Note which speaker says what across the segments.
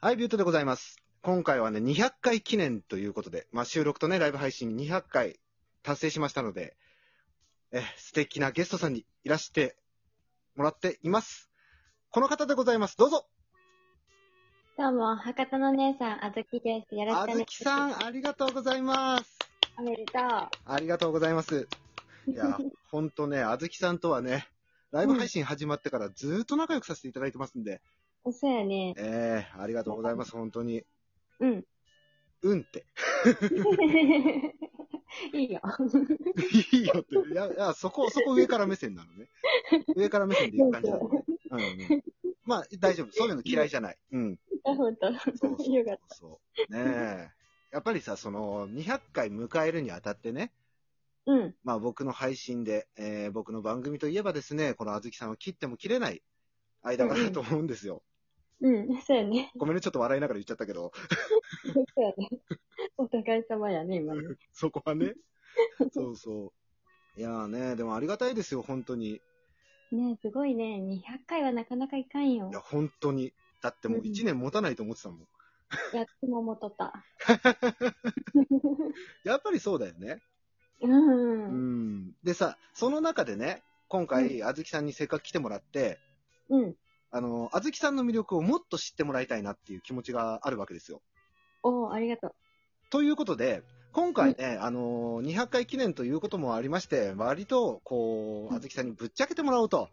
Speaker 1: はい、ビュートでございます。今回はね、200回記念ということで、まあ、収録とね、ライブ配信200回達成しましたので、え、素敵なゲストさんにいらしてもらっています。この方でございます。どうぞ。
Speaker 2: どうも、博多の姉さん、あずきです。よろしくお
Speaker 1: あ
Speaker 2: 願
Speaker 1: ず
Speaker 2: いします。
Speaker 1: きさん、ありがとうございます。
Speaker 2: おめでとう。
Speaker 1: ありがとうございます。い や、ほんとね、あずきさんとはね、ライブ配信始まってからずーっと仲良くさせていただいてますんで、
Speaker 2: そうやね。
Speaker 1: えー、ありがとうございます。本当に。
Speaker 2: うん。
Speaker 1: うんって。
Speaker 2: いいよ。
Speaker 1: いいよって。いや、いやそ こ、そこ上から目線なのね。上から目線でいく感じなのね。うんうん、まあ、大丈夫。そういうの嫌いじゃない。うん。
Speaker 2: ほんと。
Speaker 1: そうそう
Speaker 2: よかっ
Speaker 1: そう。ねえ。やっぱりさ、その、200回迎えるにあたってね、
Speaker 2: た。うん。
Speaker 1: まあ僕の配信で、えー僕の番組といえばですね、このあずきさんは切っても切れない間柄だと思うんですよ。
Speaker 2: うん。そうやね。
Speaker 1: ごめんね、ちょっと笑いながら言っちゃったけど、
Speaker 2: そうやね。お互い様やね、今ね。
Speaker 1: そこはね。そうそう。いやーね、でもありがたいですよ、本当に。
Speaker 2: ねすごいね。200回はなかなかいかんよ
Speaker 1: いや、。本当に。だってもう1年持たないと思ってたもん。
Speaker 2: やっとももとった。
Speaker 1: やっぱりそうだよね。
Speaker 2: う。
Speaker 1: うんん。でさ、その中でね、今回、あずきさんにせっかく来てもらって、
Speaker 2: うん。
Speaker 1: あの、あずきさんの魅力をもっと知ってもらいたいなっていう気持ちがあるわけですよ。
Speaker 2: おー、ありがとう。
Speaker 1: ということで、今回ね、あの、200回記念ということもありまして、割と、こう、
Speaker 2: うん
Speaker 1: あずきさんにぶっちゃけてもらおうと。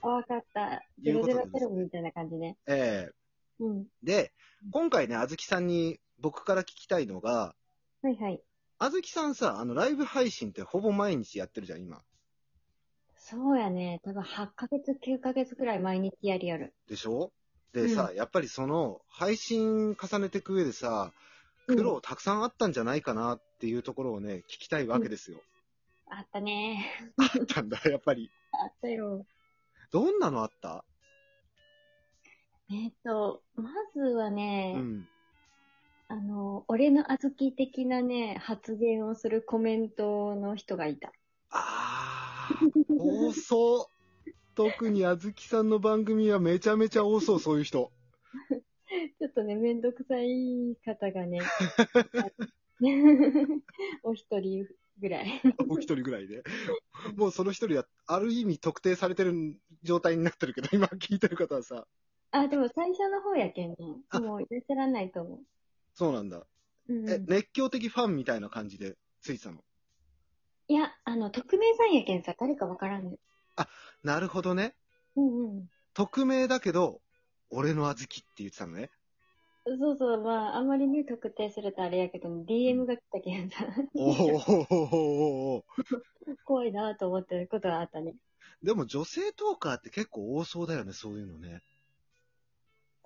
Speaker 2: あわかった。ゼ
Speaker 1: いう
Speaker 2: ロ
Speaker 1: こと
Speaker 2: ゼ
Speaker 1: で
Speaker 2: ロゼロみたいな感じね。
Speaker 1: ええ
Speaker 2: うん。
Speaker 1: で、今回ね、あずきさんに僕から聞きたいのが、
Speaker 2: はいはい。
Speaker 1: あずきさんさ、あの、ライブ配信ってほぼ毎日やってるじゃん、今。
Speaker 2: そうやね。多分8ヶ月、9ヶ月くらい毎日やりやる。
Speaker 1: でしょでさ、やっぱりその、配信重ねていく上でさ、苦労たくさんあったんじゃないかなっていうところをね、聞きたいわけですよ。
Speaker 2: あったね。
Speaker 1: あったんだ、やっぱり。
Speaker 2: あったよ。
Speaker 1: どんなのあった
Speaker 2: えっ、と、まずはね
Speaker 1: う、ん。
Speaker 2: あの、俺の小豆的なね、発言をするコメントの人がいた。
Speaker 1: あー、多そう。特にあずきさんの番組はめちゃめちゃ多そう、そういう人。
Speaker 2: ちょっとね、めんどくさい方が ね、お一人ぐらい。
Speaker 1: お一人ぐらいで。もうその一人は、ある意味特定されてる状態になってるけど、今聞いてる方はさ。
Speaker 2: あ、でも最初の方やけんね。もういらっしゃらないと思
Speaker 1: そうなんだ。
Speaker 2: う。うん
Speaker 1: え、熱狂的ファンみたいな感じでついてたの。
Speaker 2: いや、あの、匿名さんやけんさ、誰かわからんね。
Speaker 1: なるほどね。
Speaker 2: うんうん。
Speaker 1: 匿名だけど、俺の小豆って言ってたのね。
Speaker 2: そうそう、まあ、あんまりね、特定するとあれやけど、DM が来たけんさ、
Speaker 1: おお
Speaker 2: 怖いなと思ってることはあったね。
Speaker 1: でも女性トーカーって結構多そうだよね、そういうのね。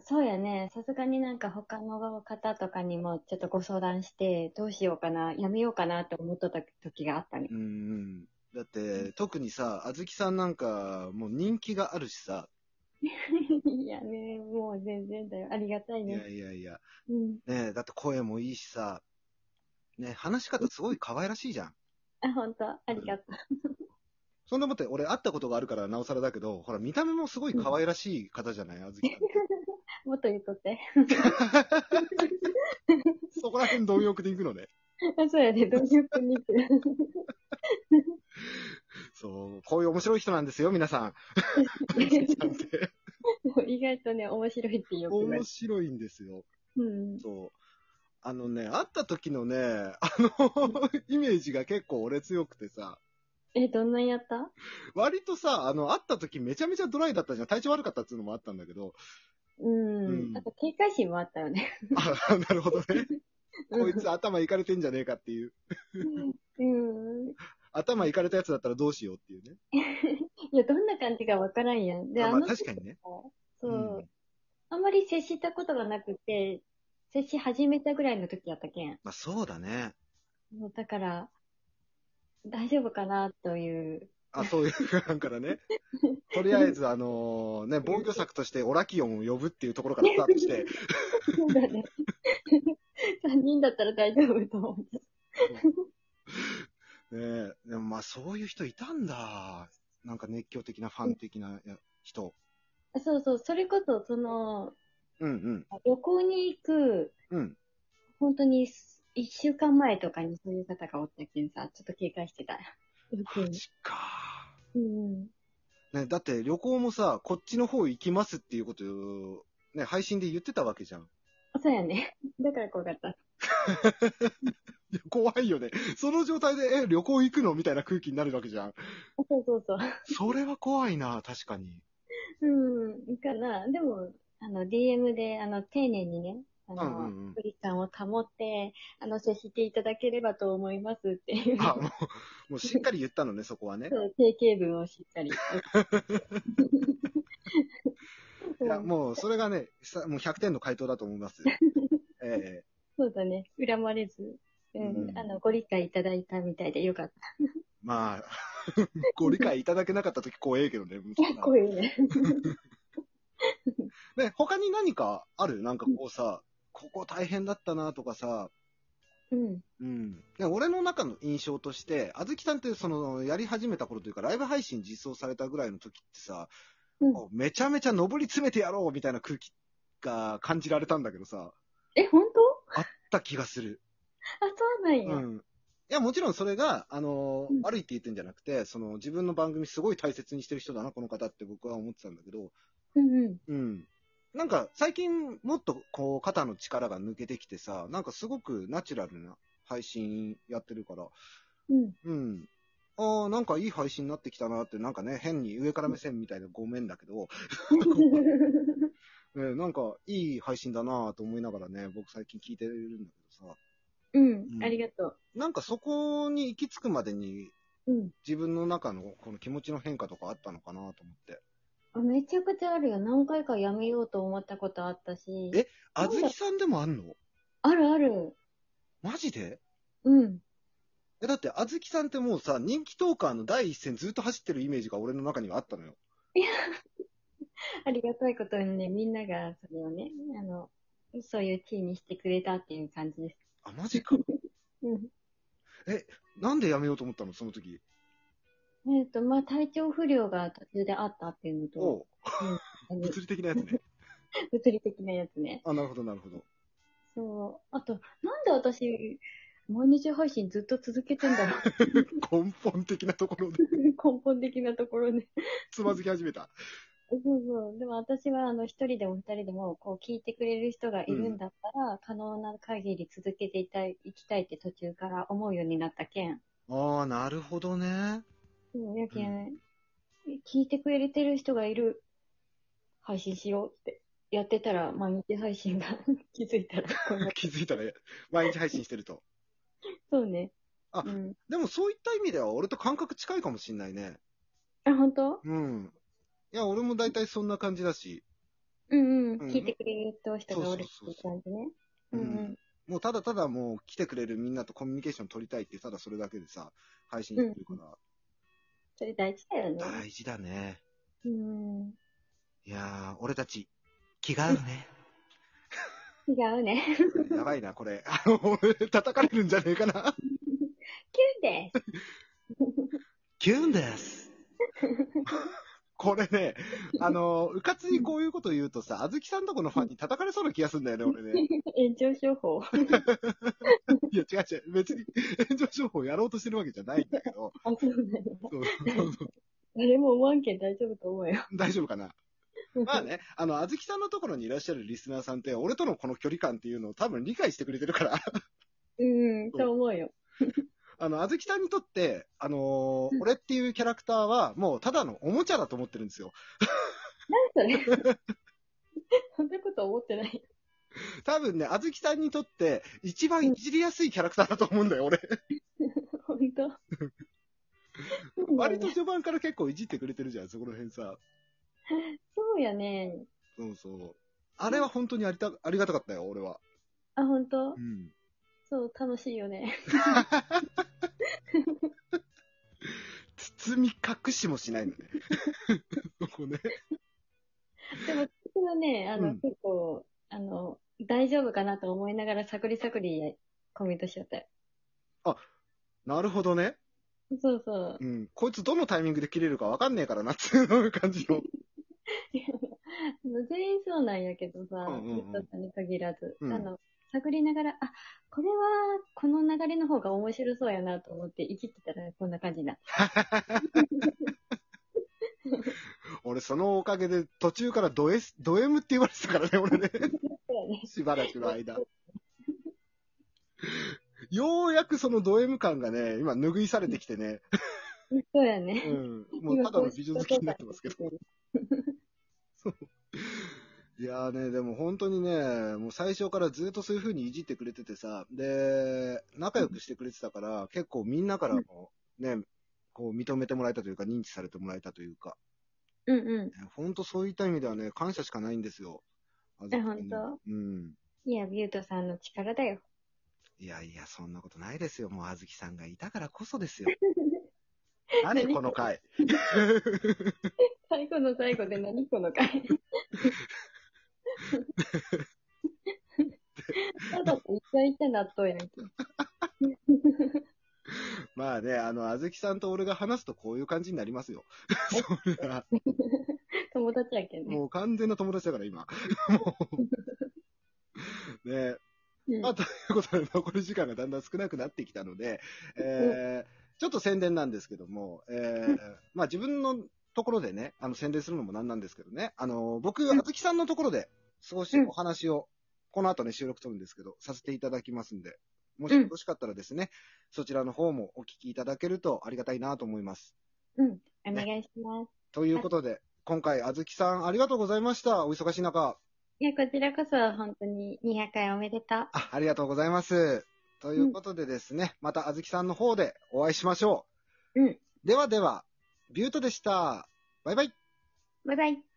Speaker 2: そうやね。さすがになんか他の方とかにもちょっとご相談して、どうしようかな、やめようかなって思っとった時があったね
Speaker 1: う。んうん。だって、特にさ、あずきさんなんか、もう人気があるしさ。
Speaker 2: いやね、もう全然だよ。ありがたい
Speaker 1: い
Speaker 2: ね
Speaker 1: や。いやいや。
Speaker 2: うん。
Speaker 1: ねえ、だって声もいいしさ。ねえ話し方すごい可愛らしいじゃん。
Speaker 2: あ、本当ありがと
Speaker 1: そんなもって、俺会ったことがあるからなおさらだけど、ほら、見た目もすごい可愛らしい方じゃない、あずきさんって。
Speaker 2: う。もっと言っとって。
Speaker 1: そこら辺貪欲でいくのね。
Speaker 2: あそうやね、どういう国って。
Speaker 1: そう、こういう面白い人なんですよ、皆さん。あ ずきさんって。
Speaker 2: 意外とね、面白いってよく言われ
Speaker 1: 面
Speaker 2: る。
Speaker 1: 白いんですよ。
Speaker 2: うん。
Speaker 1: そう。あのね、会った時のね、あの、 イメージが結構俺強くてさ、
Speaker 2: え、どんなんやった
Speaker 1: 割とさ、あの、会った時めちゃめちゃドライだったじゃん。体調悪かったっていうのもあったんだけど、
Speaker 2: うん。
Speaker 1: うん
Speaker 2: あと警戒心もあったよね。
Speaker 1: あ、 なるほどね。
Speaker 2: うん
Speaker 1: こいつ頭いかれてんじゃねえかっていう。
Speaker 2: うん。
Speaker 1: 頭いかれたやつだったらどうしようっていうね。
Speaker 2: いや、どんな感じかわからんやん。で、
Speaker 1: あ
Speaker 2: あ
Speaker 1: まあ
Speaker 2: の時
Speaker 1: 確かにね。
Speaker 2: そう
Speaker 1: うん。
Speaker 2: あんまり接したことがなくて、接し始めたぐらいの時やったけん。
Speaker 1: まあそうだね。
Speaker 2: もうだから、大丈夫かなという。
Speaker 1: あ、そういう不安からね。とりあえず、あのね、防御策としてオラキオンを呼ぶっていうところからスタートして、
Speaker 2: そうだ ね。3人だったら大丈夫と思って。
Speaker 1: ねえ、でもまあそういう人いたんだ。なんか熱狂的なファン的なや人。
Speaker 2: そうそう、それこそ、その、
Speaker 1: うんうん。
Speaker 2: 旅行に行く、
Speaker 1: うん。
Speaker 2: 本当に一週間前とかにそういう方がおったけんさ、ちょっと警戒してた。
Speaker 1: マジか。
Speaker 2: うんうん。
Speaker 1: ね、だって旅行もさ、こっちの方行きますっていうことを、ね、配信で言ってたわけじゃん。
Speaker 2: そうやね。だから怖かった。
Speaker 1: 怖いよね。その状態で、え、旅行行くのみたいな空気になるわけじゃん。
Speaker 2: そうそうそう。
Speaker 1: それは怖いな、確かに。
Speaker 2: うん、かな。でも、あの、DM で、あの、丁寧にね、あの、
Speaker 1: うんうんうん
Speaker 2: 距離感を保って、あの、接していただければと思いますっていう、
Speaker 1: あ、もう、もうしっかり言ったのね、そこはね。
Speaker 2: そう定型文をしっか り。
Speaker 1: いや、
Speaker 2: うん
Speaker 1: もう、それがね、さもう100点の回答だと思い ます。ええ
Speaker 2: そうだね。恨まれず、うん、
Speaker 1: うん
Speaker 2: あの、ご理解いただいたみたいでよかっ
Speaker 1: まあ、 ご理解いただけなかったとき怖えけどね。
Speaker 2: た。結構いいね。
Speaker 1: ね、他に何かあるなんかこうさ、ここ大変だったなとかさ、
Speaker 2: うん。
Speaker 1: うん。で俺の中の印象として、あずきさんってその、やり始めた頃というか、ライブ配信実装されたぐらいの時ってさ、
Speaker 2: うん
Speaker 1: こうめちゃめちゃ登り詰めてやろうみたいな空気が感じられたんだけどさ、
Speaker 2: え、本当
Speaker 1: あった気がする。
Speaker 2: あ、そうなんや。
Speaker 1: う
Speaker 2: うん。
Speaker 1: ん。いや、もちろんそれが、あのー
Speaker 2: うん
Speaker 1: 悪いって言ってんじゃなくて、その、自分の番組すごい大切にしてる人だな、この方って僕は思ってたんだけど、
Speaker 2: うん。
Speaker 1: うん。なんか、最近もっと、こう、肩の力が抜けてきてさ、なんかすごくナチュラルな配信やってるから、
Speaker 2: うん。
Speaker 1: うん。ああ、なんかいい配信になってきたなって、なんかね、変に上から目線みたいでごめんだけど、うん、なんかいい配信だなと思いながらね、僕最近聞いてるんだけどさ、
Speaker 2: うん。ありがと
Speaker 1: なんかそこに行き着くまでに
Speaker 2: う。うん。
Speaker 1: 自分の中のこの気持ちの変化とかあったのかなと思って。
Speaker 2: あめちゃくちゃあるよ。何回かやめようと思ったことあったし。
Speaker 1: えあずきさんでもあんの
Speaker 2: あるある。
Speaker 1: マジで
Speaker 2: うん。
Speaker 1: え、だって、あずきさんってもうさ、人気トーカーの第一線ずっと走ってるイメージが俺の中にはあったのよ。
Speaker 2: ありがたいことにね、みんながそれをね、あの、そういう地位にしてくれたっていう感じです。
Speaker 1: あ、マジか。
Speaker 2: うん。
Speaker 1: なんでやめようと思ったのその時。
Speaker 2: えっ、と、まあ、体調不良が途中であったっていうのと、
Speaker 1: おう
Speaker 2: あの
Speaker 1: 物理的なやつね。
Speaker 2: 物理的なやつね。
Speaker 1: あ、なるほど、なるほど。
Speaker 2: そう。あと、なんで私、毎日配信ずっと続けてんだ ろう。
Speaker 1: 根本的なところ で
Speaker 2: 根本的なところね。
Speaker 1: つまずき始めた。
Speaker 2: そうそう。でも私は、あの、一人でも二人でも、こう、聞いてくれる人がいるんだったら、可能な限り続けていたい、いきたいって途中から思うようになったけん。
Speaker 1: ああ、なるほどね。
Speaker 2: うん、やけん、聞いてくれてる人がいる、配信しようって。やってたら、毎日配信が 気づいたら、こんな
Speaker 1: 気づいたら、毎日配信してると。
Speaker 2: そうね。
Speaker 1: あ
Speaker 2: うん。
Speaker 1: でもそういった意味では俺と感覚近いかもしんないね。
Speaker 2: あ、本当？
Speaker 1: うん。いや、俺も大体そんな感じだし。
Speaker 2: うんうん
Speaker 1: う。ん
Speaker 2: 聞いてくれるって人がおるっていう感じね。
Speaker 1: そううそうそうそうん
Speaker 2: うん。
Speaker 1: もうただただもう来てくれるみんなとコミュニケーション取りたいって、ただそれだけでさ、配信してるから。
Speaker 2: それ大事だよね。
Speaker 1: 大事だね。
Speaker 2: うん。
Speaker 1: いやー、俺たち、気が合うね。
Speaker 2: 違うね。
Speaker 1: やばいな、これ。あの、 俺、叩かれるんじゃねえかな。
Speaker 2: キュンです。
Speaker 1: キュンです。 これね、あの、うかつにこういうこと言うとさ、あずきさんとこのファンに叩かれそうな気がするんだよね、俺 ね。
Speaker 2: 延長商法。
Speaker 1: いや、違う違う。別に、炎上商法やろうとしてるわけじゃないんだけど。
Speaker 2: あ、そうだね。
Speaker 1: そう
Speaker 2: 誰も思わんけん大丈夫と思うよ。
Speaker 1: 大丈夫かな。まあね、あの、あずきさんのところにいらっしゃるリスナーさんって、俺とのこの距離感っていうのを多分理解してくれてるから、
Speaker 2: うん、と 思うよ。
Speaker 1: あの、あずきさんにとって、あのー
Speaker 2: うん
Speaker 1: 俺っていうキャラクターは、もうただのおもちゃだと思ってるんですよ。
Speaker 2: それ。そんなこと思ってない。
Speaker 1: 多分ね、あずきさんにとって、一番いじりやすいキャラクターだと思うんだよ、俺。
Speaker 2: 本当。
Speaker 1: 割と序盤から結構いじってくれてるじゃん、そこら辺さ。
Speaker 2: そうやね。
Speaker 1: そうそう。あれは本当にありた、ありがたかったよ、俺は。
Speaker 2: あ、本
Speaker 1: う
Speaker 2: 当。
Speaker 1: ん。
Speaker 2: そう、楽しいよね。
Speaker 1: 包み隠しもしないのね。 そこね。
Speaker 2: でも、私はね、あの、
Speaker 1: うん
Speaker 2: 結構、あの、大丈夫かなと思いながら、サクリサクリコメントしちゃったよ。
Speaker 1: なるほどね。
Speaker 2: そうそう。
Speaker 1: うん。こいつどのタイミングで切れるかわかんねえからな、っていう感じの。
Speaker 2: 全員そうなんやけどさ、
Speaker 1: うんうんうん
Speaker 2: ゲストさんに限らず、
Speaker 1: うん
Speaker 2: あの、探りながら、あ、これは、この流れの方が面白そうやなと思って、生きてたらこんな感じになった。
Speaker 1: 俺、そのおかげで途中からド S、ド M って言われてたからね、俺ね。
Speaker 2: そうやね
Speaker 1: しばらくの間。ようやくそのド M 感がね、今拭いされてきてね。
Speaker 2: そうやね。
Speaker 1: うん。もうただの美女好きになってますけど。いやーね、でも本当にね、もう最初からずっとそういう風にいじってくれててさ、で、仲良くしてくれてたから、結構みんなからもね、こう認めてもらえたというか、認知されてもらえたというか、
Speaker 2: うんう
Speaker 1: ね本当そういった意味ではね、感謝しかないんですよ。あ
Speaker 2: え本当
Speaker 1: うん。
Speaker 2: ん。いや、ビュートさんの力だよ。
Speaker 1: いやいや、そんなことないですよ。もう、あずきさんがいたからこそですよ。何この回。
Speaker 2: 最後の最後で何こ の回。ただと一回言った納豆やんけ。
Speaker 1: まあね、あの、あずきさんと俺が話すとこういう感じになりますよ。 それは、
Speaker 2: 友達やけんね。
Speaker 1: もう完全な友達だから、今。もう。ね
Speaker 2: うん
Speaker 1: まあ、ということで、残り時間がだんだん少なくなってきたので、えーちょっと宣伝なんですけども、えーまあ自分のところでね、あの宣伝するのもなんなんですけどね、あの、僕、
Speaker 2: うん
Speaker 1: あずきさんのところで、少しお話を、この後ね、収録するんですけど、させていただきますんで、もし
Speaker 2: うん
Speaker 1: よろしかったらですね、そちらの方もお聞きいただけるとありがたいなと思います。
Speaker 2: うん。お願いします。
Speaker 1: ということで、今回、あずきさんありがとうございました。お忙しい中。
Speaker 2: いや、こちらこそ本当に200回おめでとう。
Speaker 1: あありがとうございます。ということでですね、またあずきさんの方でお会いしましょう。
Speaker 2: うん。
Speaker 1: ではでは、ビュートでした。バイバイ。
Speaker 2: バイバイ。